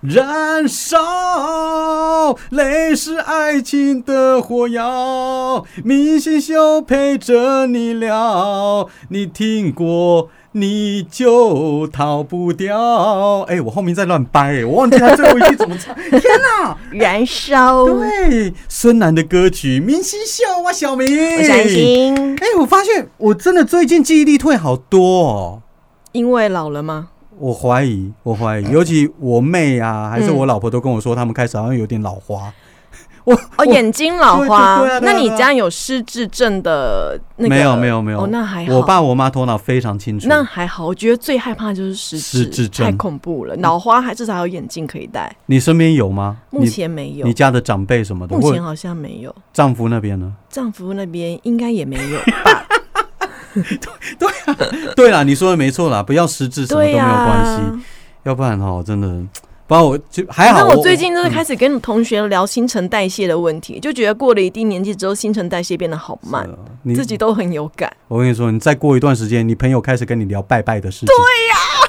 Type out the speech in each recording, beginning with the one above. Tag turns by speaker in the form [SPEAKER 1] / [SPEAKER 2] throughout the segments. [SPEAKER 1] 燃烧，泪是爱情的火药，明星秀陪着你聊，你听过你就逃不掉。哎，我后面在乱掰，哎，我忘记他最后一句怎么 唱。天哪！
[SPEAKER 2] 燃烧，我
[SPEAKER 1] 对，孙楠的歌曲《明星秀》啊，小明，我
[SPEAKER 2] 是安。心，
[SPEAKER 1] 哎、我发现我真的最近记忆力退好多哦。
[SPEAKER 2] 因为老了吗？
[SPEAKER 1] 我怀疑，我怀 疑，尤其我妹啊，还是我老婆都跟我说，他们开始好像有点老花。 我
[SPEAKER 2] 嗯哦，
[SPEAKER 1] 我
[SPEAKER 2] 眼睛老花
[SPEAKER 1] 对对对啊，对啊
[SPEAKER 2] 那你
[SPEAKER 1] 对啊
[SPEAKER 2] 这样有失智症的那个？
[SPEAKER 1] 没有没有没有，
[SPEAKER 2] 哦，那还好。
[SPEAKER 1] 我爸我妈头脑非常清楚。
[SPEAKER 2] 那还好，我觉得最害怕就是失
[SPEAKER 1] 失智症
[SPEAKER 2] 太恐怖了。脑花还至少还有眼镜可以戴，
[SPEAKER 1] 你身边有吗？
[SPEAKER 2] 目前没
[SPEAKER 1] 你
[SPEAKER 2] 有
[SPEAKER 1] 你，家的长辈什么的，
[SPEAKER 2] 目前
[SPEAKER 1] 或
[SPEAKER 2] 好像没有。
[SPEAKER 1] 丈夫那边呢？
[SPEAKER 2] 丈夫那边应该也没有，
[SPEAKER 1] 对啦，你说的没错啦，不要失智，什么都
[SPEAKER 2] 对啊
[SPEAKER 1] 没有
[SPEAKER 2] 呀、
[SPEAKER 1] 关系。要不然哦，真的，不然我就还好。
[SPEAKER 2] 那我最近就是开始跟同学聊新陈代谢的问题，就觉得过了一定年纪之后，新陈代谢变得好慢，
[SPEAKER 1] 呃你
[SPEAKER 2] 自己都很有感。
[SPEAKER 1] 我跟你说，你再过一段时间，你朋友开始跟你聊拜拜的事情。
[SPEAKER 2] 啊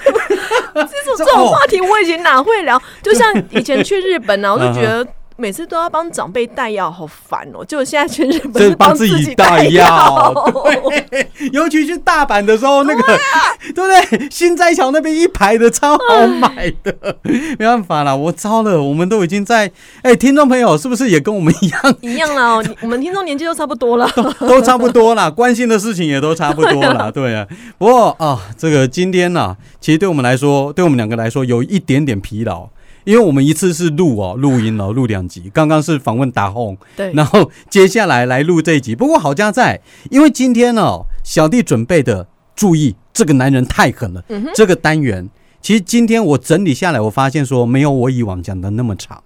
[SPEAKER 1] 对，
[SPEAKER 2] 这种这
[SPEAKER 1] 哦
[SPEAKER 2] 种话题我以前哪会 聊？就像以前去日本呢、啊，我就觉
[SPEAKER 1] 嗯
[SPEAKER 2] 得。每次都要帮长辈带药，好烦哦！结果现在去日本
[SPEAKER 1] 就是
[SPEAKER 2] 是
[SPEAKER 1] 帮
[SPEAKER 2] 自
[SPEAKER 1] 自己带
[SPEAKER 2] 带
[SPEAKER 1] 药
[SPEAKER 2] 对，
[SPEAKER 1] 尤其去大阪的时候，那个 对啊不对？新斋桥那边一排的超好买的，没办法啦，我糟了，我们都已经在哎，听众朋友是不是也跟我们一 样，
[SPEAKER 2] 一样啦、哦。你我们听众年纪都差不 多了，
[SPEAKER 1] 都差不多啦，关心的事情也都差不多啦，对啊。不过啊，这个今天呢、其实对我们来说，对我们两个来说，有一点点疲劳。因为我们一次是录哦，录音哦，录两集。刚刚是访问达宏，
[SPEAKER 2] 对，
[SPEAKER 1] 然后接下来来录这一集。不过好家在，因为今天哦，小弟准备的，注意这个男人太狠了。
[SPEAKER 2] 嗯哼
[SPEAKER 1] 这个单元，其实今天我整理下来，我发现说没有我以往讲的那么长，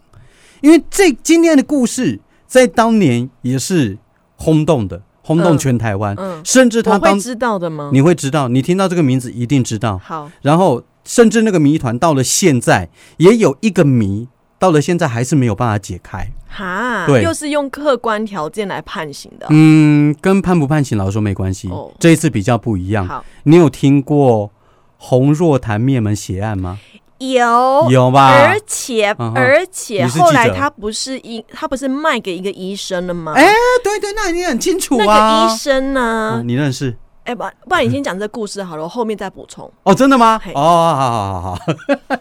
[SPEAKER 1] 因为这今天的故事在当年也是轰动的，轰动
[SPEAKER 2] 嗯
[SPEAKER 1] 全台湾，
[SPEAKER 2] 嗯，
[SPEAKER 1] 甚至他
[SPEAKER 2] 我会
[SPEAKER 1] 当
[SPEAKER 2] 知道的吗？
[SPEAKER 1] 你会知道，你听到这个名字一定知道。
[SPEAKER 2] 好，
[SPEAKER 1] 然后甚至那个谜团到了现在，也有一个谜到了现在还是没有办法解开。
[SPEAKER 2] 哈，
[SPEAKER 1] 对
[SPEAKER 2] 又是用客观条件来判刑的。
[SPEAKER 1] 嗯，跟判不判刑老实说没关系。
[SPEAKER 2] 哦
[SPEAKER 1] 这一次比较不一样。
[SPEAKER 2] 好，
[SPEAKER 1] 你有听过洪若潭灭门血案吗？
[SPEAKER 2] 有
[SPEAKER 1] 有吧
[SPEAKER 2] 而？且、
[SPEAKER 1] 嗯哼
[SPEAKER 2] 而且
[SPEAKER 1] 你是记者
[SPEAKER 2] 后来他不是医，他不是卖给一个医生了吗？
[SPEAKER 1] 哎哎，对对，那你很清楚
[SPEAKER 2] 那
[SPEAKER 1] 啊。
[SPEAKER 2] 个医生
[SPEAKER 1] 啊
[SPEAKER 2] 呢？
[SPEAKER 1] 你认识？
[SPEAKER 2] 哎、不、不然你先讲这个故事好了，我后面再补充。
[SPEAKER 1] 哦，真的吗
[SPEAKER 2] 嘿？
[SPEAKER 1] 哦，好好好好。好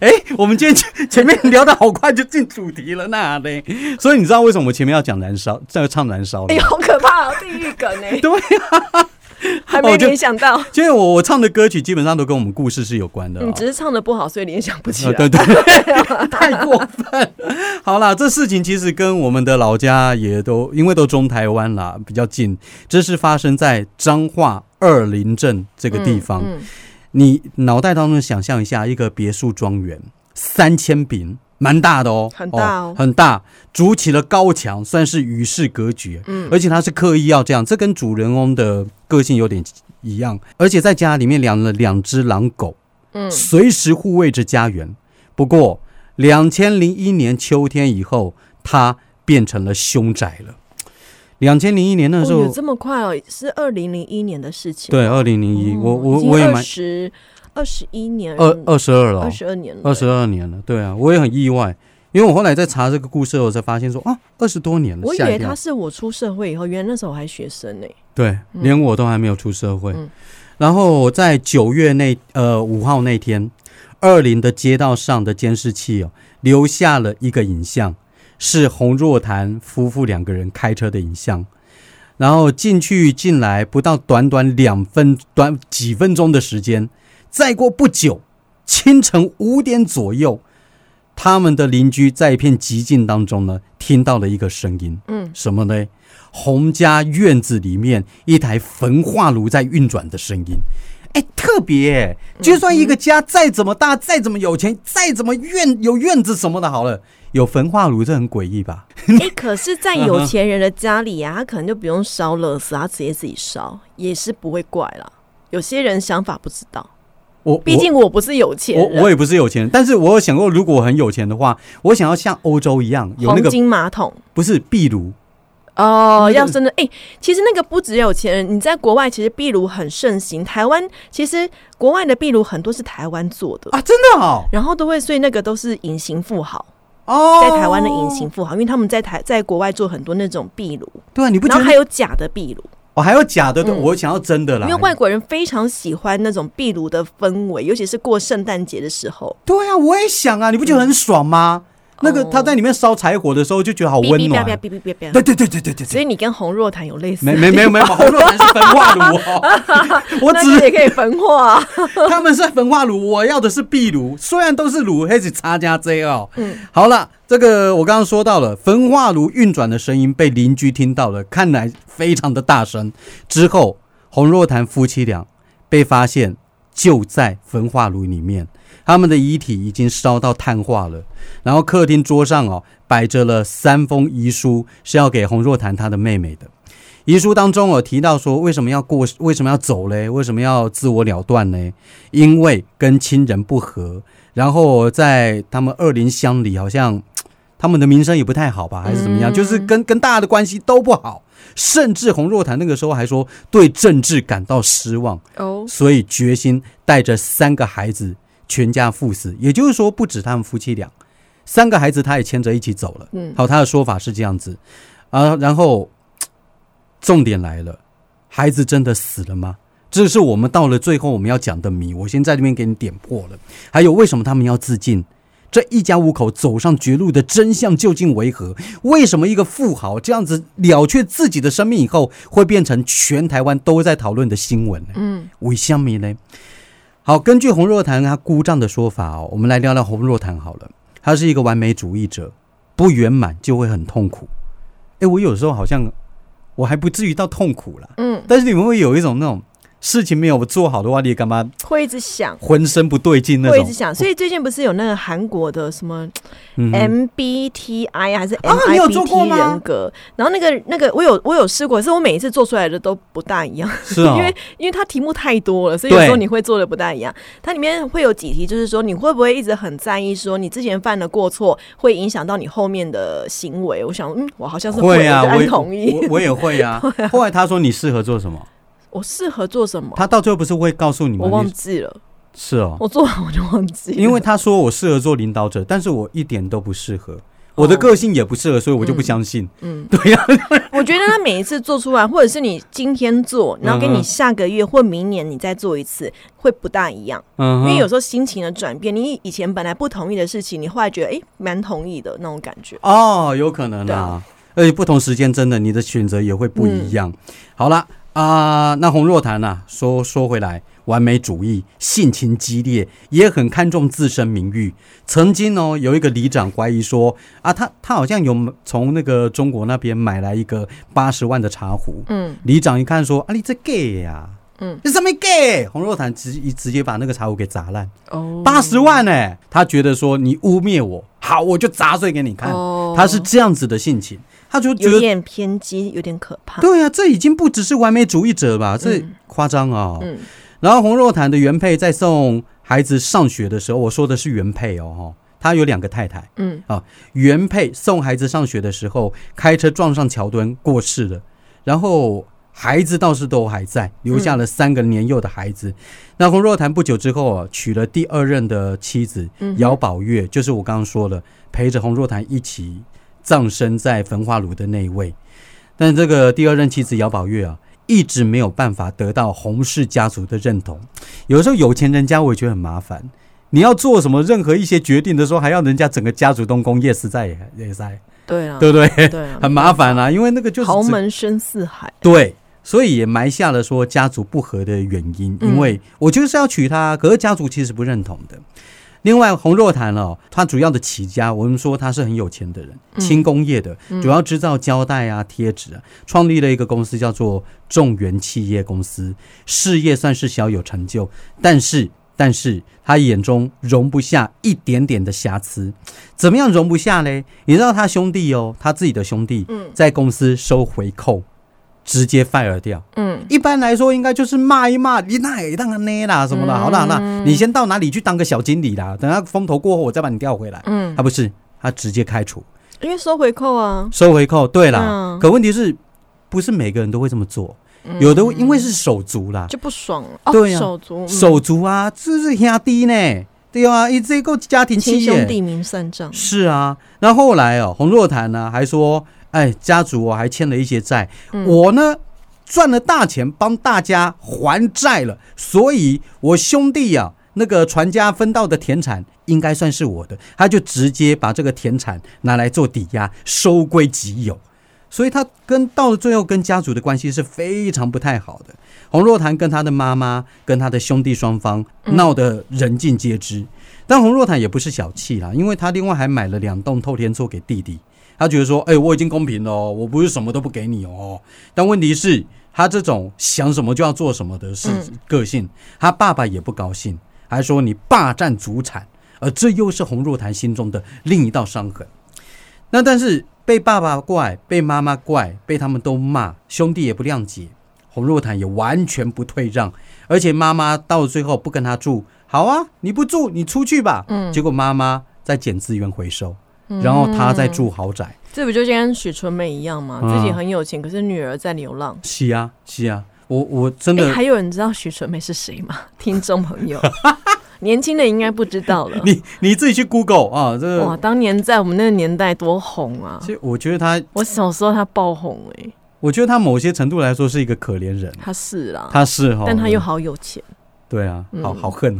[SPEAKER 1] 哎、我们今天前面聊的好快就进主题了，那嘞。所以你知道为什么我前面要讲燃烧，这个唱燃烧了
[SPEAKER 2] 哎、
[SPEAKER 1] 吗？
[SPEAKER 2] 呦，好可怕、哦，地狱梗 哎、
[SPEAKER 1] 对啊，
[SPEAKER 2] 还
[SPEAKER 1] 我
[SPEAKER 2] 没
[SPEAKER 1] 就啊
[SPEAKER 2] 联想到，
[SPEAKER 1] 因为我我唱的歌曲基本上都跟我们故事是有关的、哦。
[SPEAKER 2] 你只是唱的不好，所以联想不起
[SPEAKER 1] 啊，
[SPEAKER 2] 来。
[SPEAKER 1] 对对 太过分。好啦，这事情其实跟我们的老家也都，因为都中台湾啦，比较近。这是发生在彰化二林镇这
[SPEAKER 2] 这
[SPEAKER 1] 个地方。
[SPEAKER 2] 嗯
[SPEAKER 1] 你脑袋当中想象一下，一个别墅庄园，三千平，蛮大的哦，
[SPEAKER 2] 很大哦
[SPEAKER 1] 很大，筑起了高墙，算是与世隔绝。
[SPEAKER 2] 嗯
[SPEAKER 1] 而且他是刻意要这样，这跟主人翁的个性有点一样。而且在家里面养了两只狼狗，
[SPEAKER 2] 嗯
[SPEAKER 1] 随时护卫着家园。不过，两千零一年秋天以后，它变成了凶宅了。两千零一年那时
[SPEAKER 2] 哦，
[SPEAKER 1] 候，
[SPEAKER 2] 有这么快哦？是二零零一年的事情。
[SPEAKER 1] 对，二零零一，
[SPEAKER 2] 哦
[SPEAKER 1] 我我
[SPEAKER 2] 已经
[SPEAKER 1] 我也蛮
[SPEAKER 2] 20二十一年
[SPEAKER 1] 二二十二了哦、
[SPEAKER 2] 二十二年了，
[SPEAKER 1] 二十二年了，对啊，我也很意外，因为我后来在查这个故事的时候才发现说啊，二十多年了，
[SPEAKER 2] 我以
[SPEAKER 1] 吓一
[SPEAKER 2] 为
[SPEAKER 1] 跳
[SPEAKER 2] 他是我出社会以后，原来那时候我还学生呢、欸
[SPEAKER 1] 对，连我都还没有出社会。
[SPEAKER 2] 嗯
[SPEAKER 1] 然后在九月那呃五号那天，二林的街道上的监视器哦，留下了一个影像，是洪若潭夫妇两个人开车的影像。然后进去进来不到短短两分短几分钟的时间，再过不久，清晨五点左右，他们的邻居在一片寂静当中呢，听到了一个声音，
[SPEAKER 2] 嗯，
[SPEAKER 1] 什么呢？洪家院子里面一台焚化炉在运转的声音。哎，特别、欸，就算一个家再怎么大，再怎么有钱，再怎么院有院子什么的，好了，有焚化炉这很诡异吧？
[SPEAKER 2] 哎、可是，在有钱人的家里啊，他可能就不用烧垃圾，他直接自己烧，也是不会怪啦。有些人想法不知道，
[SPEAKER 1] 我
[SPEAKER 2] 毕竟我不是有钱
[SPEAKER 1] 我
[SPEAKER 2] 人。
[SPEAKER 1] 我我也不是有钱人，但是我有想过，如果我很有钱的话，我想要像欧洲一样有那
[SPEAKER 2] 黄
[SPEAKER 1] 个
[SPEAKER 2] 金马桶，
[SPEAKER 1] 不是壁炉，那
[SPEAKER 2] 哦，
[SPEAKER 1] 个
[SPEAKER 2] 要真的哎、其实那个不只有钱人，你在国外其实壁炉很盛行，台湾其实国外的壁炉很多是台湾做的，
[SPEAKER 1] 啊，真的哦，
[SPEAKER 2] 然后都会，所以那个都是隐形富豪，
[SPEAKER 1] 哦，
[SPEAKER 2] 在台湾的隐形，富豪，因为他们在台在国外做很多那种壁炉，
[SPEAKER 1] 对啊，你不觉
[SPEAKER 2] 然
[SPEAKER 1] 得
[SPEAKER 2] 后还有假的壁炉，
[SPEAKER 1] 哦，还有假的，对
[SPEAKER 2] 嗯
[SPEAKER 1] 我想要真的啦，
[SPEAKER 2] 因为外国人非常喜欢那种壁炉的氛围，尤其是过圣诞节的时候，
[SPEAKER 1] 对啊，我也想啊，你不觉得很爽吗？那个
[SPEAKER 2] 哦
[SPEAKER 1] 他在里面烧柴火的时候就觉得好
[SPEAKER 2] 哔
[SPEAKER 1] 温
[SPEAKER 2] 哔
[SPEAKER 1] 暖
[SPEAKER 2] 哔，哔哔哔
[SPEAKER 1] 对
[SPEAKER 2] 哔哔。
[SPEAKER 1] 对对对对对
[SPEAKER 2] 所
[SPEAKER 1] 对，
[SPEAKER 2] 以你跟洪若潭有类似，
[SPEAKER 1] 没没没有没有，红肉男是焚化炉哦，我
[SPEAKER 2] 那个也
[SPEAKER 1] 只
[SPEAKER 2] 可以焚化、
[SPEAKER 1] 他们是焚化炉，我要的是壁炉，虽然都是炉，还是差加 J 哦。
[SPEAKER 2] 嗯，
[SPEAKER 1] 好了，这个我刚刚说到了，焚化炉运转的声音被邻居听到了，看来非常的大声。之后，洪若潭夫妻俩被发现就在焚化炉里面，他们的遗体已经烧到碳化了。然后客厅桌上哦摆着了三封遗书，是要给洪若潭她的妹妹的。遗书当中哦提到说，为什么要过，为什么要走嘞？为什么要自我了断嘞？因为跟亲人不和，然后在他们二林乡里，好像他们的名声也不太好吧，还是怎么样？
[SPEAKER 2] 嗯
[SPEAKER 1] 就是跟跟大家的关系都不好，甚至洪若潭那个时候还说对政治感到失望，
[SPEAKER 2] 哦，
[SPEAKER 1] 所以决心带着三个孩子全家赴死，也就是说不止他们夫妻俩，三个孩子他也牵着一起走了。
[SPEAKER 2] 嗯，
[SPEAKER 1] 好，他的说法是这样子啊，然后重点来了，孩子真的死了吗？这是我们到了最后我们要讲的谜，我先在这边给你点破了。还有为什么他们要自尽？这一家五口走上绝路的真相究竟为何？为什么一个富豪这样子了却自己的生命以后，会变成全台湾都在讨论的新闻呢？
[SPEAKER 2] 嗯，
[SPEAKER 1] 为什么呢？好，根据洪若潭他姑丈的说法哦，我们来聊聊洪若潭好了。他是一个完美主义者，不圆满就会很痛苦。哎，我有时候好像我还不至于到痛苦啦，
[SPEAKER 2] 嗯，
[SPEAKER 1] 但是你们会有一种那种事情没有做好的话，你也干嘛
[SPEAKER 2] 会一直想，
[SPEAKER 1] 浑身不对劲那
[SPEAKER 2] 会一
[SPEAKER 1] 种
[SPEAKER 2] 直？想。所以最近不是有那个韩国的什么
[SPEAKER 1] 嗯哼啊
[SPEAKER 2] MBTI 还是
[SPEAKER 1] 你有做过
[SPEAKER 2] MIBT
[SPEAKER 1] 吗
[SPEAKER 2] 人格？然后那个那个，我有我有试过，是我每一次做出来的都不大一样，
[SPEAKER 1] 是哦
[SPEAKER 2] 因为因为它题目太多了，所以有
[SPEAKER 1] 对
[SPEAKER 2] 时候你会做的不大一样。它里面会有几题，就是说你会不会一直很在意说你之前犯的过错会影响到你后面的行为？我想，嗯，我好像是
[SPEAKER 1] 会啊，
[SPEAKER 2] 我就
[SPEAKER 1] 我
[SPEAKER 2] 按
[SPEAKER 1] 也
[SPEAKER 2] 同意。
[SPEAKER 1] 我我也会 啊。后来他说你适合做什么，
[SPEAKER 2] 我适合做什么？
[SPEAKER 1] 他到最后不是会告诉你吗？
[SPEAKER 2] 我忘
[SPEAKER 1] 你
[SPEAKER 2] 记了，
[SPEAKER 1] 是哦，
[SPEAKER 2] 我做完我就忘记 了，
[SPEAKER 1] 因为他说我适合做领导者，但是我一点都不适合，我的
[SPEAKER 2] 哦
[SPEAKER 1] 个性也不适合，所以我就不
[SPEAKER 2] 嗯
[SPEAKER 1] 相信。
[SPEAKER 2] 嗯，
[SPEAKER 1] 对呀、
[SPEAKER 2] 我觉得他每一次做出来，或者是你今天做，然后跟
[SPEAKER 1] 嗯
[SPEAKER 2] 你
[SPEAKER 1] 哼
[SPEAKER 2] 下个月或明年你再做一次，会不大一样。
[SPEAKER 1] 嗯
[SPEAKER 2] 因
[SPEAKER 1] 哼，
[SPEAKER 2] 为有时候心情的转变，你以前本来不同意的事情，你后来觉得哎蛮同意的那种感觉。
[SPEAKER 1] 哦，有可能
[SPEAKER 2] 对
[SPEAKER 1] 啊
[SPEAKER 2] 啊。
[SPEAKER 1] 而且不同时间，真的你的选择也会不一样。
[SPEAKER 2] 嗯
[SPEAKER 1] 好啦，啊、那洪若潭啊，说说回来，完美主义，性情激烈，也很看重自身名誉。曾经哦，有一个里长怀疑说啊，他他好像有从那个中国那边买来一个八十万的茶壶。
[SPEAKER 2] 嗯，
[SPEAKER 1] 里长一看说啊，你这 gay 呀、
[SPEAKER 2] 嗯，
[SPEAKER 1] 你什么 gay？洪若潭直直接把那个茶壶给砸烂，
[SPEAKER 2] 哦
[SPEAKER 1] 八十万哎、他觉得说你污蔑我，好，我就砸碎给你看。
[SPEAKER 2] 哦
[SPEAKER 1] 他是这样子的性情，他就觉
[SPEAKER 2] 有
[SPEAKER 1] 得
[SPEAKER 2] 点偏激，有点可怕。
[SPEAKER 1] 对啊，这已经不只是完美主义者吧，这
[SPEAKER 2] 嗯
[SPEAKER 1] 夸张啊、哦。
[SPEAKER 2] 嗯，
[SPEAKER 1] 然后洪若潭的原配在送孩子上学的时候，我说的是原配哦，哈，他有两个太太，
[SPEAKER 2] 嗯
[SPEAKER 1] 啊，原配送孩子上学的时候开车撞上桥墩过世了，然后。孩子倒是都还在，留下
[SPEAKER 2] 嗯
[SPEAKER 1] 了三个年幼的孩子。那洪若潭不久之后啊，娶了第二任的妻子，
[SPEAKER 2] 嗯哼
[SPEAKER 1] 姚宝月，就是我刚刚说了，陪着洪若潭一起葬身在焚化炉的那一位。但这个第二任妻子姚宝月啊，一直没有办法得到洪氏家族的认同。有时候有钱人家我也觉得很麻烦，你要做什么任何一些决定的时候，还要人家整个家族东宫夜实在也也在，
[SPEAKER 2] 对啊，
[SPEAKER 1] 对不对？
[SPEAKER 2] 对啊，
[SPEAKER 1] 很麻烦啦、因为那个就是
[SPEAKER 2] 豪
[SPEAKER 1] 只
[SPEAKER 2] 门深似海。
[SPEAKER 1] 对，所以也埋下了说家族不和的原因，
[SPEAKER 2] 嗯
[SPEAKER 1] 因为我就是要娶她，可是家族其实不认同的。另外，洪若潭哦，他主要的起家，我们说他是很有钱的人，
[SPEAKER 2] 嗯
[SPEAKER 1] 轻工业的，主要制造胶带啊、贴纸啊，创立了一个公司叫做众源企业公司，事业算是小有成就，但是。但是他眼中容不下一点点的瑕疵，怎么样容不下嘞？你知道他兄弟哦，他自己的兄弟，
[SPEAKER 2] 嗯
[SPEAKER 1] 在公司收回扣，直接 fire 掉。
[SPEAKER 2] 嗯，
[SPEAKER 1] 一般来说，应该就是骂一骂，你那也当个呢啦什么的，
[SPEAKER 2] 嗯
[SPEAKER 1] 好啦那，你先到哪里去当个小经理啦，等他风头过后，我再把你调回来。
[SPEAKER 2] 嗯
[SPEAKER 1] 他不是，他直接开除，
[SPEAKER 2] 因为收回扣啊，
[SPEAKER 1] 收回扣，对啦。
[SPEAKER 2] 嗯
[SPEAKER 1] 可问题是，不是每个人都会这么做？
[SPEAKER 2] 嗯
[SPEAKER 1] 有的因为是手足啦，
[SPEAKER 2] 就不爽了哦，
[SPEAKER 1] 对啊
[SPEAKER 2] 手足、嗯
[SPEAKER 1] 手足啊，这是兄弟呢，对啊，一这个家庭
[SPEAKER 2] 亲
[SPEAKER 1] 企
[SPEAKER 2] 兄
[SPEAKER 1] 业
[SPEAKER 2] 弟明算账，
[SPEAKER 1] 是啊。那后来哦，洪若潭呢还说，哎，家族我还欠了一些债，
[SPEAKER 2] 嗯
[SPEAKER 1] 我呢赚了大钱，帮大家还债了，所以我兄弟呀、那个传家分到的田产应该算是我的，他就直接把这个田产拿来做抵押，收归己有。所以他跟到了最后跟家族的关系是非常不太好的。洪若潭跟他的妈妈跟他的兄弟双方
[SPEAKER 2] 嗯
[SPEAKER 1] 闹得人尽皆知，但洪若潭也不是小气啦，因为他另外还买了两栋透天厝给弟弟。他觉得说，哎、我已经公平了哦，我不是什么都不给你哦。但问题是，他这种想什么就要做什么的是
[SPEAKER 2] 嗯
[SPEAKER 1] 个性，他爸爸也不高兴，还说你霸占祖产，而这又是洪若潭心中的另一道伤痕。那但是被爸爸怪，被妈妈怪，被他们都骂，兄弟也不谅解，洪若潭也完全不退让，而且妈妈到最后不跟他住，好啊，你不住你出去吧，
[SPEAKER 2] 嗯
[SPEAKER 1] 结果妈妈在捡资源回收，然后他在住豪宅，
[SPEAKER 2] 这不就跟许纯美一样吗？
[SPEAKER 1] 嗯
[SPEAKER 2] 自己很有钱，可是女儿在流浪。
[SPEAKER 1] 是啊是啊，我我真
[SPEAKER 2] 哎、
[SPEAKER 1] 的
[SPEAKER 2] 还有人知道许纯美是谁吗？ 听众朋 友，年轻的应该不知道了。
[SPEAKER 1] 你你自己去 Google 啊，这
[SPEAKER 2] 哇，
[SPEAKER 1] 个，
[SPEAKER 2] 当年在我们那个年代多红啊
[SPEAKER 1] 其！实我觉得他，
[SPEAKER 2] 我小时候她爆红哎、
[SPEAKER 1] 我觉得他某些程度来说是一个可怜人，
[SPEAKER 2] 她是啦，
[SPEAKER 1] 他是哈，
[SPEAKER 2] 但她又嗯好有钱，
[SPEAKER 1] 对啊，好好恨，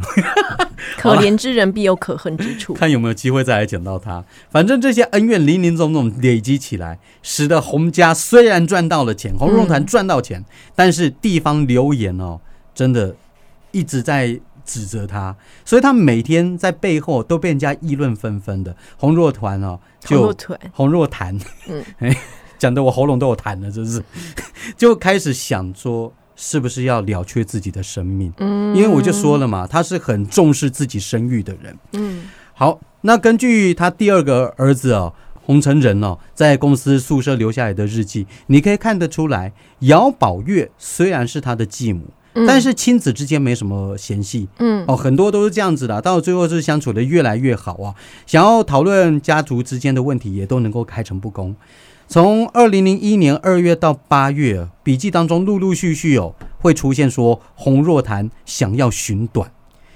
[SPEAKER 2] 可怜之人必有可恨之处。
[SPEAKER 1] 看有没有机会再来捡到他。反正这些恩怨林林总总累积起来，使得洪家虽然赚到了钱，洪仲
[SPEAKER 2] 嗯
[SPEAKER 1] 坛赚到钱，但是地方流言哦，真的一直在指责他，所以他每天在背后都被人家议论纷纷的。洪若团哦，
[SPEAKER 2] 红
[SPEAKER 1] 就
[SPEAKER 2] 肉团，
[SPEAKER 1] 洪若潭，
[SPEAKER 2] 嗯
[SPEAKER 1] 嗯，讲的我喉咙都有痰了，真是， 就开始想说是不是要了却自己的生命，
[SPEAKER 2] 嗯
[SPEAKER 1] 因为我就说了嘛，他是很重视自己声誉的人。
[SPEAKER 2] 嗯，
[SPEAKER 1] 好，那根据他第二个儿子哦，洪承仁哦，在公司宿舍留下来的日记，你可以看得出来，姚宝月虽然是他的继母，
[SPEAKER 2] 嗯
[SPEAKER 1] 但是亲子之间没什么嫌隙，
[SPEAKER 2] 嗯
[SPEAKER 1] 哦，很多都是这样子的，到最后是相处的越来越好啊。想要讨论家族之间的问题，也都能够开诚布公。从二零零一年二月到八月，笔记当中陆陆续续有会出现说洪若潭想要寻短，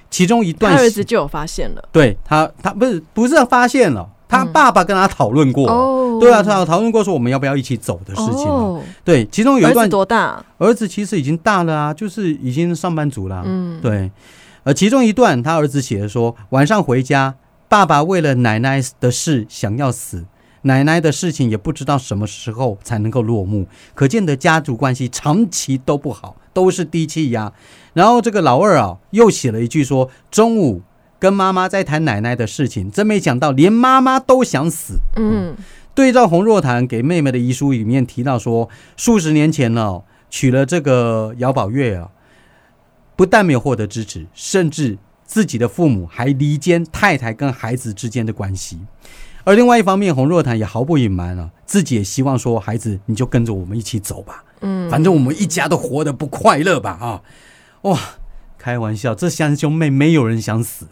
[SPEAKER 1] 其中一段
[SPEAKER 2] 她
[SPEAKER 1] 是
[SPEAKER 2] 儿子就有发现了
[SPEAKER 1] 对他，他不是不是发现了，他
[SPEAKER 2] 嗯
[SPEAKER 1] 爸爸跟他讨论过，
[SPEAKER 2] 哦
[SPEAKER 1] 对啊，他有讨论过说我们要不要一起走的事情啊、
[SPEAKER 2] 哦，
[SPEAKER 1] 对，其中有一
[SPEAKER 2] 儿
[SPEAKER 1] 段
[SPEAKER 2] 子多大？
[SPEAKER 1] 儿子其实已经大了啊，就是已经上班族啊啦、
[SPEAKER 2] 嗯，
[SPEAKER 1] 对，呃，其中一段他儿子写的说，晚上回家，爸爸为了奶奶的事想要死，奶奶的事情也不知道什么时候才能够落幕，可见的家族关系长期都不好，都是低气压。然后这个老二啊，又写了一句说，中午跟妈妈在谈奶奶的事情，真没想到连妈妈都想死。
[SPEAKER 2] 嗯
[SPEAKER 1] 对照洪若潭给妹妹的遗书里面提到说，数十年前呢、哦，娶了这个姚宝月啊，不但没有获得支持，甚至自己的父母还离间太太跟孩子之间的关系。而另外一方面，洪若潭也毫不隐瞒啊，自己也希望说，孩子你就跟着我们一起走吧，
[SPEAKER 2] 嗯，
[SPEAKER 1] 反正我们一家都活得不快乐吧啊！哇，开玩笑，这三兄妹没有人想死。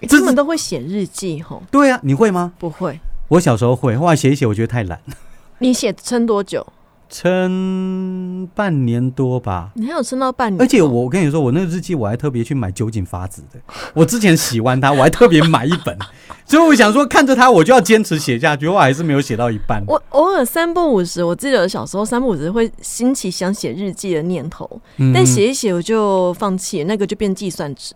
[SPEAKER 2] 欸
[SPEAKER 1] 这
[SPEAKER 2] 他
[SPEAKER 1] 是
[SPEAKER 2] 们都会写日记吼，
[SPEAKER 1] 对啊，你会吗？
[SPEAKER 2] 不会？
[SPEAKER 1] 我小时候会，后来写一写，我觉得太懒。
[SPEAKER 2] 你写撑多久？
[SPEAKER 1] 撑半年多吧。
[SPEAKER 2] 你还有撑到半年哦？
[SPEAKER 1] 而且我跟你说，我那个日记我还特别去买酒井法子的，我之前喜欢它，我还特别买一 本，所以我想说看着它，我就要坚持写下去，我还是没有写到一半。
[SPEAKER 2] 我偶尔三不五时，我记得小时候三不五时会兴起想写日记的念头，
[SPEAKER 1] 嗯
[SPEAKER 2] 但写一写我就放弃，那个就变计算纸，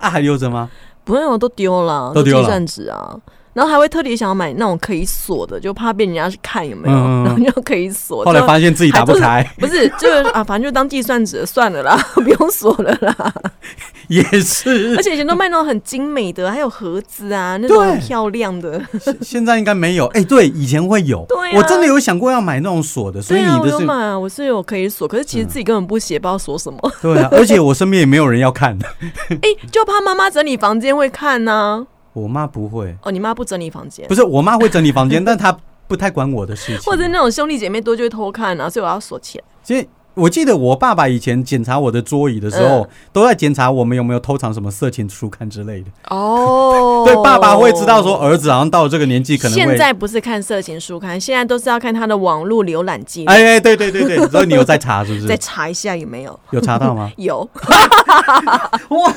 [SPEAKER 1] 啊还留着吗？
[SPEAKER 2] 不用都丢了，
[SPEAKER 1] 都丢了
[SPEAKER 2] 计算纸啊。然后还会特地想要买那种可以锁的，就怕被人家去看有没
[SPEAKER 1] 嗯
[SPEAKER 2] 有，
[SPEAKER 1] 嗯嗯
[SPEAKER 2] 然后就可以锁。
[SPEAKER 1] 后来
[SPEAKER 2] 就
[SPEAKER 1] 发现自己打不开，
[SPEAKER 2] 不是，就是啊，反正就当计算纸算了啦， 不用锁了啦。
[SPEAKER 1] 也是
[SPEAKER 2] 而。且以前都卖那种很精美的，还有盒子啊，那种
[SPEAKER 1] 对
[SPEAKER 2] 很漂亮的。
[SPEAKER 1] 现在应该没有。哎、对，以前会有。
[SPEAKER 2] 对啊
[SPEAKER 1] 我真的有想过要买那种锁的，所以
[SPEAKER 2] 对啊，
[SPEAKER 1] 你
[SPEAKER 2] 我
[SPEAKER 1] 的
[SPEAKER 2] 有
[SPEAKER 1] 是嗯
[SPEAKER 2] 买啊，我是有可以锁，可是其实自己根本不写，不知道锁什么。
[SPEAKER 1] 对啊，而且我身边也没有人要看。
[SPEAKER 2] 哎、就怕妈妈整理房间会看呢、
[SPEAKER 1] 我妈不会，
[SPEAKER 2] 哦，你妈不整理房间
[SPEAKER 1] 不，是我妈会整理 房间，但她不太管我的事情。
[SPEAKER 2] 或者那种兄弟姐妹多就会偷看啊，所以我要锁起来。
[SPEAKER 1] 其实我记得我爸爸以前检查我的桌椅的时
[SPEAKER 2] 嗯
[SPEAKER 1] 候，都在检查我们有没有偷藏什么色情书刊之类的。
[SPEAKER 2] 哦，
[SPEAKER 1] 对，爸爸会知道说儿子好像到了这个年纪可能
[SPEAKER 2] 现
[SPEAKER 1] 会。
[SPEAKER 2] 在不是看色情书刊，现在都是要看他的网络浏览记录，
[SPEAKER 1] 哎哎，对对对对，所以你有在查 是不
[SPEAKER 2] 再
[SPEAKER 1] 是？
[SPEAKER 2] 查一下有没有。
[SPEAKER 1] 有查到吗？
[SPEAKER 2] 有，
[SPEAKER 1] 哇，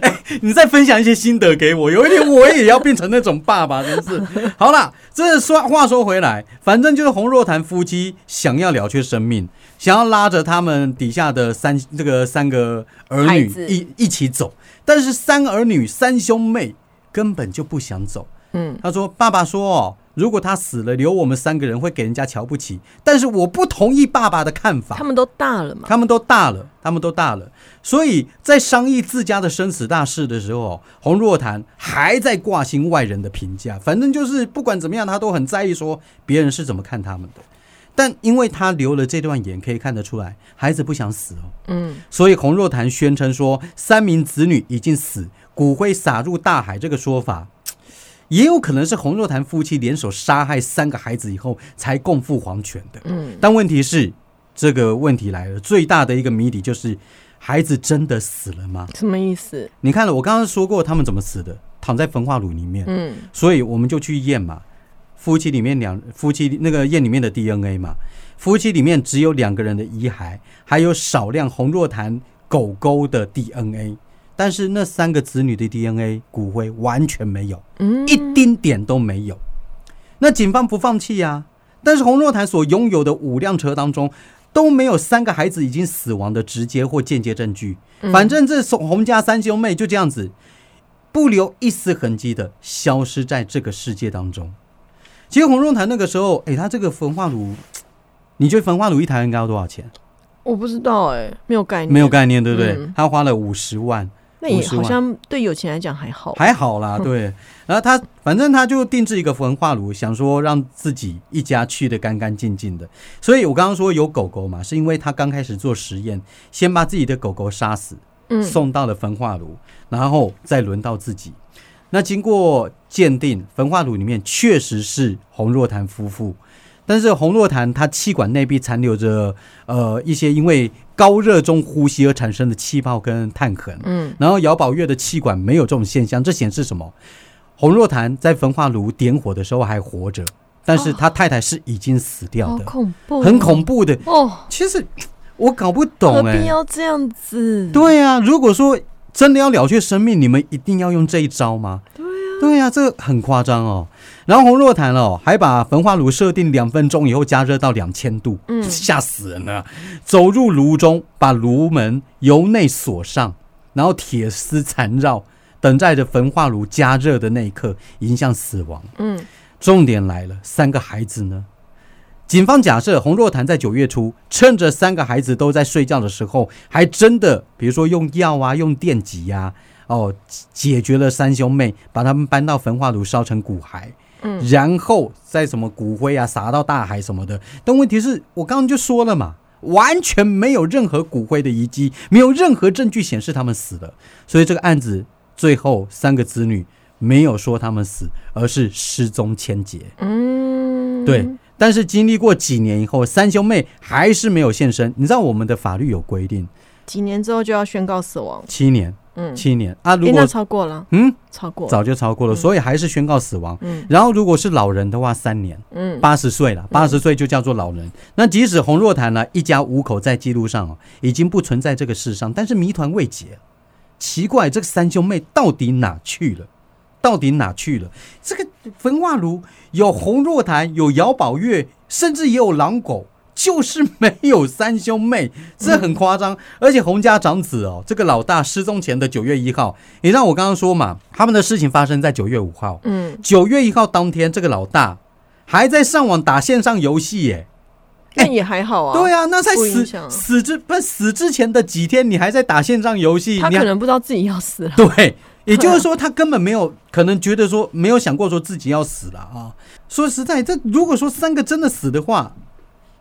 [SPEAKER 1] 哎、你再分享一些心得给我，有一天我也要变成那种爸爸，真 是。好啦，这说话说回来，反正就是洪若潭夫妻想要了却生命，想要拉着他们底下的三这个三个儿
[SPEAKER 2] 孩
[SPEAKER 1] 女
[SPEAKER 2] 子
[SPEAKER 1] 一一起走，但是三儿女三兄妹根本就不想走。
[SPEAKER 2] 嗯，
[SPEAKER 1] 他说：“爸爸说哦，如果他死了，留我们三个人会给人家瞧不起，但是我不同意爸爸的看法。”
[SPEAKER 2] 他们都大了嘛，
[SPEAKER 1] 他们都大了，他们都大了，所以在商议自家的生死大事的时候，洪若潭还在挂心外人的评价，反正就是不管怎么样，他都很在意说别人是怎么看他们的。但因为他留了这段言，可以看得出来，孩子不想死哦，
[SPEAKER 2] 嗯，
[SPEAKER 1] 所以洪若潭宣称说三名子女已经死，骨灰撒入大海这个说法。也有可能是洪若潭夫妻联手杀害三个孩子以后才共赴黄泉的。
[SPEAKER 2] 嗯，
[SPEAKER 1] 但问题是，这个问题来了，最大的一个谜底就是，孩子真的死了吗？
[SPEAKER 2] 什么意思？
[SPEAKER 1] 你看了，我刚刚说过他们怎么死的，躺在焚化炉里面，
[SPEAKER 2] 嗯，
[SPEAKER 1] 所以我们就去验嘛，夫妻里面两夫妻那个验里面的 DNA 嘛，夫妻里面只有两个人的遗骸，还有少量红若潭狗狗的 DNA，但是那三个子女的 DNA 骨灰完全没有。
[SPEAKER 2] 嗯，
[SPEAKER 1] 一丁点都没有。那警方不放弃呀、但是洪若潭所拥有的五辆车当中，都没有三个孩子已经死亡的直接或间接证据。反正这洪家三兄妹就这样子，不留一丝痕迹的消失在这个世界当中。其实洪若潭那个时候，哎，他这个焚化炉，你觉得焚化炉一台应该要多少钱？
[SPEAKER 2] 我不知道哎，没有概念，
[SPEAKER 1] 没有，概念，对不对？
[SPEAKER 2] 嗯
[SPEAKER 1] 他花了五十万，
[SPEAKER 2] 那也
[SPEAKER 1] 50
[SPEAKER 2] 好
[SPEAKER 1] 万
[SPEAKER 2] 像对有钱来讲还好，
[SPEAKER 1] 还好啦，对。然后他反正他就定制一个焚化炉，想说让自己一家去的干干净净的。所以我刚刚说有狗狗嘛，是因为他刚开始做实验，先把自己的狗狗杀死，
[SPEAKER 2] 嗯
[SPEAKER 1] 送到了焚化炉，然后再轮到自己。那经过鉴定，焚化炉里面确实是洪若潭夫妇，但是洪若潭他气管内壁残留着呃一些因为高热中呼吸而产生的气泡跟碳痕，
[SPEAKER 2] 嗯，
[SPEAKER 1] 然后姚宝月的气管没有这种现象，这显示什么？洪若潭在焚化炉点火的时候还活着，但是他太太是已经死掉
[SPEAKER 2] 哦好
[SPEAKER 1] 的，
[SPEAKER 2] 恐怖，
[SPEAKER 1] 很恐怖的。
[SPEAKER 2] 哦，
[SPEAKER 1] 其实我搞不
[SPEAKER 2] 何
[SPEAKER 1] 懂哎、
[SPEAKER 2] 必要这样子？
[SPEAKER 1] 对啊，如果说真的要了却生命，你们一定要用这一招吗？
[SPEAKER 2] 对
[SPEAKER 1] 啊，对啊，这个很夸张哦。然后洪若潭哦，还把焚化炉设定两分钟以后加热到两千度，
[SPEAKER 2] 嗯
[SPEAKER 1] 吓死人了。走入炉中，把炉门由内锁上，然后铁丝缠绕，等待着焚化炉加热的那一刻迎向死亡。
[SPEAKER 2] 嗯，
[SPEAKER 1] 重点来了，三个孩子呢？警方假设洪若潭在九月初，趁着三个孩子都在睡觉的时候，还真的，比如说用药啊、用电击呀、哦，解决了三兄妹，把他们搬到焚化炉烧成骨骸，
[SPEAKER 2] 嗯，
[SPEAKER 1] 然后再什么骨灰啊撒到大海什么的。但问题是我刚刚就说了嘛，完全没有任何骨灰的遗迹，没有任何证据显示他们死了，所以这个案子最后三个子女没有说他们死，而是失踪千劫。
[SPEAKER 2] 嗯，
[SPEAKER 1] 对，但是经历过几年以后，三兄妹还是没有现身。你知道我们的法律有规定，
[SPEAKER 2] 几年之后就要宣告死亡，
[SPEAKER 1] 七年，
[SPEAKER 2] 嗯，
[SPEAKER 1] 七年啊，如
[SPEAKER 2] 诶
[SPEAKER 1] 果
[SPEAKER 2] 那超过了，
[SPEAKER 1] 嗯
[SPEAKER 2] 超过，
[SPEAKER 1] 早就超过了，所以还是宣告死亡。
[SPEAKER 2] 嗯
[SPEAKER 1] 然后如果是老人的话，三年，
[SPEAKER 2] 嗯，
[SPEAKER 1] 八十岁了，八十岁就叫做老人。那即使洪若潭呢、一家五口在记录上哦，已经不存在这个世上，但是谜团未解。奇怪，这三兄妹到底哪去了？到底哪去了？这个焚化炉有洪若潭，有姚宝月，甚至也有狼狗，就是没有三兄妹，这很夸
[SPEAKER 2] 嗯
[SPEAKER 1] 张。而且洪家长子哦，这个老大失踪前的九月一号，也让我刚刚说嘛，他们的事情发生在九月五号。
[SPEAKER 2] 嗯，
[SPEAKER 1] 九月一号当天，这个老大还在上网打线上游戏耶。
[SPEAKER 2] 那也还好 啊，
[SPEAKER 1] 对啊，那在
[SPEAKER 2] 不影
[SPEAKER 1] 死
[SPEAKER 2] 响
[SPEAKER 1] 死之不是死之前的几天，你还在打线上游戏，
[SPEAKER 2] 他
[SPEAKER 1] 你
[SPEAKER 2] 可
[SPEAKER 1] 还
[SPEAKER 2] 能不知道自己要死了，
[SPEAKER 1] 对，也就是说他根本没有可能觉得说没有想过说自己要死了啊。说实在，这如果说三个真的死的话，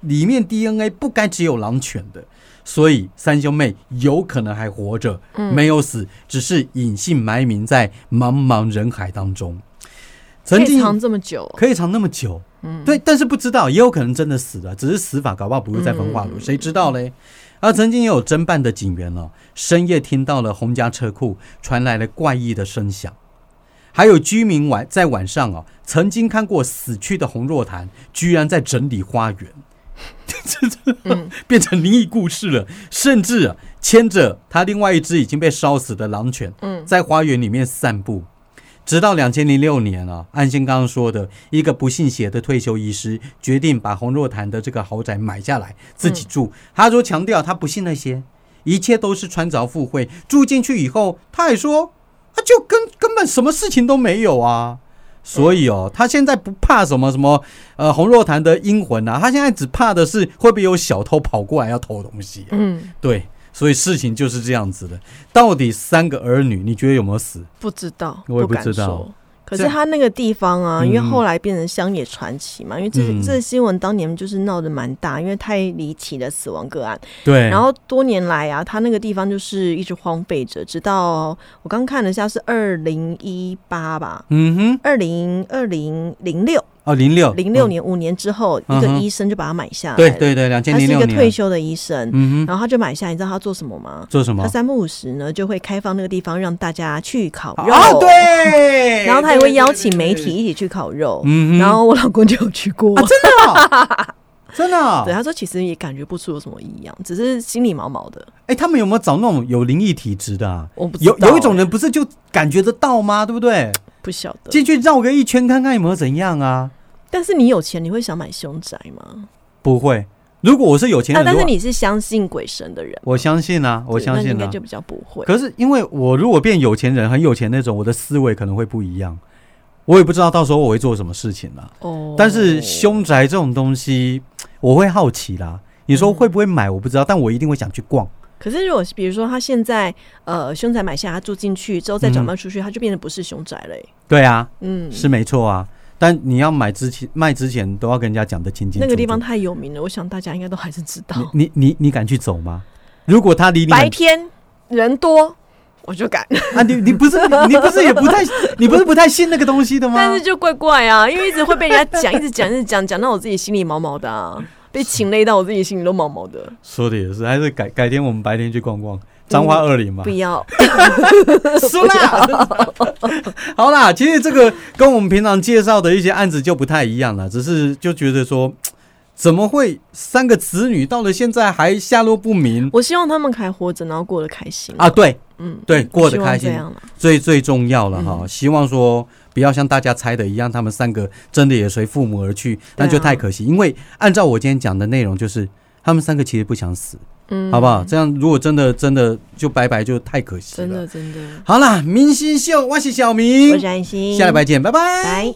[SPEAKER 1] 里面 DNA 不该只有狼犬的，所以三兄妹有可能还活着，
[SPEAKER 2] 嗯
[SPEAKER 1] 没有死，只是隐姓埋名在茫茫人海当中。 曾
[SPEAKER 2] 可以
[SPEAKER 1] 经
[SPEAKER 2] 藏这么久，
[SPEAKER 1] 可以藏那么久，
[SPEAKER 2] 嗯，
[SPEAKER 1] 对，但是不知道，也有可能真的死了，只是死法搞不好不是在焚化炉，
[SPEAKER 2] 嗯
[SPEAKER 1] 谁知道嘞？而曾经也有侦办的警员哦，深夜听到了洪家车库传来了怪异的声响，还有居民晚在晚上哦，曾经看过死去的洪若潭居然在整理花园，
[SPEAKER 2] 嗯，
[SPEAKER 1] 变成灵异故事了，甚至、啊、牵着他另外一只已经被烧死的狼犬，
[SPEAKER 2] 嗯
[SPEAKER 1] 在花园里面散步。直到两千零六年啊，安心刚刚说的一个不信邪的退休医师决定把洪若潭的这个豪宅买下来自
[SPEAKER 2] 嗯
[SPEAKER 1] 己住。他说强调他不信那些，一切都是穿凿附会。住进去以后，他也说他就根根本什么事情都没有啊。所以哦，他现在不怕什么什么呃洪若潭的阴魂啊，他现在只怕的是会不会有小偷跑过来要偷东西啊、
[SPEAKER 2] 嗯，
[SPEAKER 1] 对，所以事情就是这样子的。到底三个儿女，你觉得有没有死？
[SPEAKER 2] 不知道，
[SPEAKER 1] 我也不
[SPEAKER 2] 敢
[SPEAKER 1] 知道
[SPEAKER 2] 说。可
[SPEAKER 1] 这
[SPEAKER 2] 是他那个地方啊，
[SPEAKER 1] 嗯
[SPEAKER 2] 因为后来变成乡野传奇嘛，因为这、
[SPEAKER 1] 嗯
[SPEAKER 2] 这新闻当年就是闹得蛮大，因为太离奇的死亡个案。
[SPEAKER 1] 对，
[SPEAKER 2] 然后多年来啊，他那个地方就是一直荒废着，直到我刚看了一下是二零一八吧，
[SPEAKER 1] 嗯哼，
[SPEAKER 2] 二零二零零六
[SPEAKER 1] 哦，零六
[SPEAKER 2] 零六，年五年之后，一个
[SPEAKER 1] 嗯哼
[SPEAKER 2] 医生就把它买下来
[SPEAKER 1] 嗯
[SPEAKER 2] 了。
[SPEAKER 1] 对对对，两千
[SPEAKER 2] 他是
[SPEAKER 1] 零
[SPEAKER 2] 一
[SPEAKER 1] 六
[SPEAKER 2] 个
[SPEAKER 1] 年，
[SPEAKER 2] 退休的医生，
[SPEAKER 1] 嗯哼，
[SPEAKER 2] 然后他就买下，你知道他做什么吗？
[SPEAKER 1] 做什
[SPEAKER 2] 他
[SPEAKER 1] 么？
[SPEAKER 2] 三不五时呢就会开放那个地方让大家去烤肉，
[SPEAKER 1] 啊，对，
[SPEAKER 2] 哦然后他也会邀请媒
[SPEAKER 1] 对
[SPEAKER 2] 体，一起去烤肉，
[SPEAKER 1] 对对嗯哼，
[SPEAKER 2] 然后我老公就有去过，
[SPEAKER 1] 啊，真的哦， 真的哦，
[SPEAKER 2] 对他说其实也感觉不出有什么异样，只是心里毛毛的，
[SPEAKER 1] 哎，他们有没有找那种有灵异体质的啊？
[SPEAKER 2] 我不知道
[SPEAKER 1] 有有一种
[SPEAKER 2] 欸
[SPEAKER 1] 人不是就感觉得到吗？对不对？
[SPEAKER 2] 不晓得，
[SPEAKER 1] 进去绕个一圈看看有没有怎样啊？
[SPEAKER 2] 但是你有钱你会想买凶宅吗？
[SPEAKER 1] 不会，如果我是有钱
[SPEAKER 2] 啊，
[SPEAKER 1] 人，
[SPEAKER 2] 但
[SPEAKER 1] 如
[SPEAKER 2] 是
[SPEAKER 1] 果
[SPEAKER 2] 你是相信鬼神的人，
[SPEAKER 1] 我相信啊，我
[SPEAKER 2] 对
[SPEAKER 1] 相
[SPEAKER 2] 那你应
[SPEAKER 1] 信
[SPEAKER 2] 该
[SPEAKER 1] 啊
[SPEAKER 2] 就。比较不会，
[SPEAKER 1] 可是因为我如果变有钱人，很有钱那种，我的思维可能会不一样。我也不知道到时候我会做什么事情啊啦。
[SPEAKER 2] 哦，
[SPEAKER 1] 但是凶宅这种东西，我会好奇啦。你
[SPEAKER 2] 嗯
[SPEAKER 1] 说会不会买？我不知道，但我一定会想去逛。
[SPEAKER 2] 可是如果是比如说他现在呃凶宅买下，他住进去之后再转卖出去，他就变得不是凶宅了欸、
[SPEAKER 1] 对啊，
[SPEAKER 2] 嗯，
[SPEAKER 1] 是没错啊。但你要买之前卖之前都要跟人家讲的清清楚
[SPEAKER 2] 那
[SPEAKER 1] 楚。
[SPEAKER 2] 个地方太有名了，我想大家应该都还是知道。
[SPEAKER 1] 你你你你敢去走吗？如果他离你
[SPEAKER 2] 白
[SPEAKER 1] 很
[SPEAKER 2] 天人多，我就 敢，
[SPEAKER 1] 啊，你你不是你你不是也不 太你不是不太信那个东西的吗？
[SPEAKER 2] 但是就怪怪啊，因为一直会被人家讲，一直讲，一直讲，讲到我自己心里毛毛的、啊，被情累到我自己心里都毛毛的。
[SPEAKER 1] 说的也是，还是改改天我们白天去逛逛彰化二林嘛
[SPEAKER 2] 不。要，
[SPEAKER 1] 输啦！ 好啦，其实这个跟我们平常介绍的一些案子就不太一样了，只是就觉得说，怎么会三个子女到了现在还下落不明
[SPEAKER 2] 我希望他们还活着，然后过得开心。
[SPEAKER 1] 啊？对，
[SPEAKER 2] 嗯，
[SPEAKER 1] 对过得开心
[SPEAKER 2] 希望这样了。啊
[SPEAKER 1] 最最重要了哈，
[SPEAKER 2] 嗯
[SPEAKER 1] 希望说不要像大家猜的一样，他们三个真的也随父母而去，那就太可惜。因为按照我今天讲的内容，就是他们三个其实不想死，
[SPEAKER 2] 嗯，
[SPEAKER 1] 好不好？？这样如果真的真的就拜拜，就太可惜
[SPEAKER 2] 真
[SPEAKER 1] 了
[SPEAKER 2] 的。真的，
[SPEAKER 1] 好啦，明星秀，我是小
[SPEAKER 2] 我
[SPEAKER 1] 明
[SPEAKER 2] 是，安
[SPEAKER 1] 嗯
[SPEAKER 2] 心，
[SPEAKER 1] 下礼拜见，拜拜
[SPEAKER 2] 拜。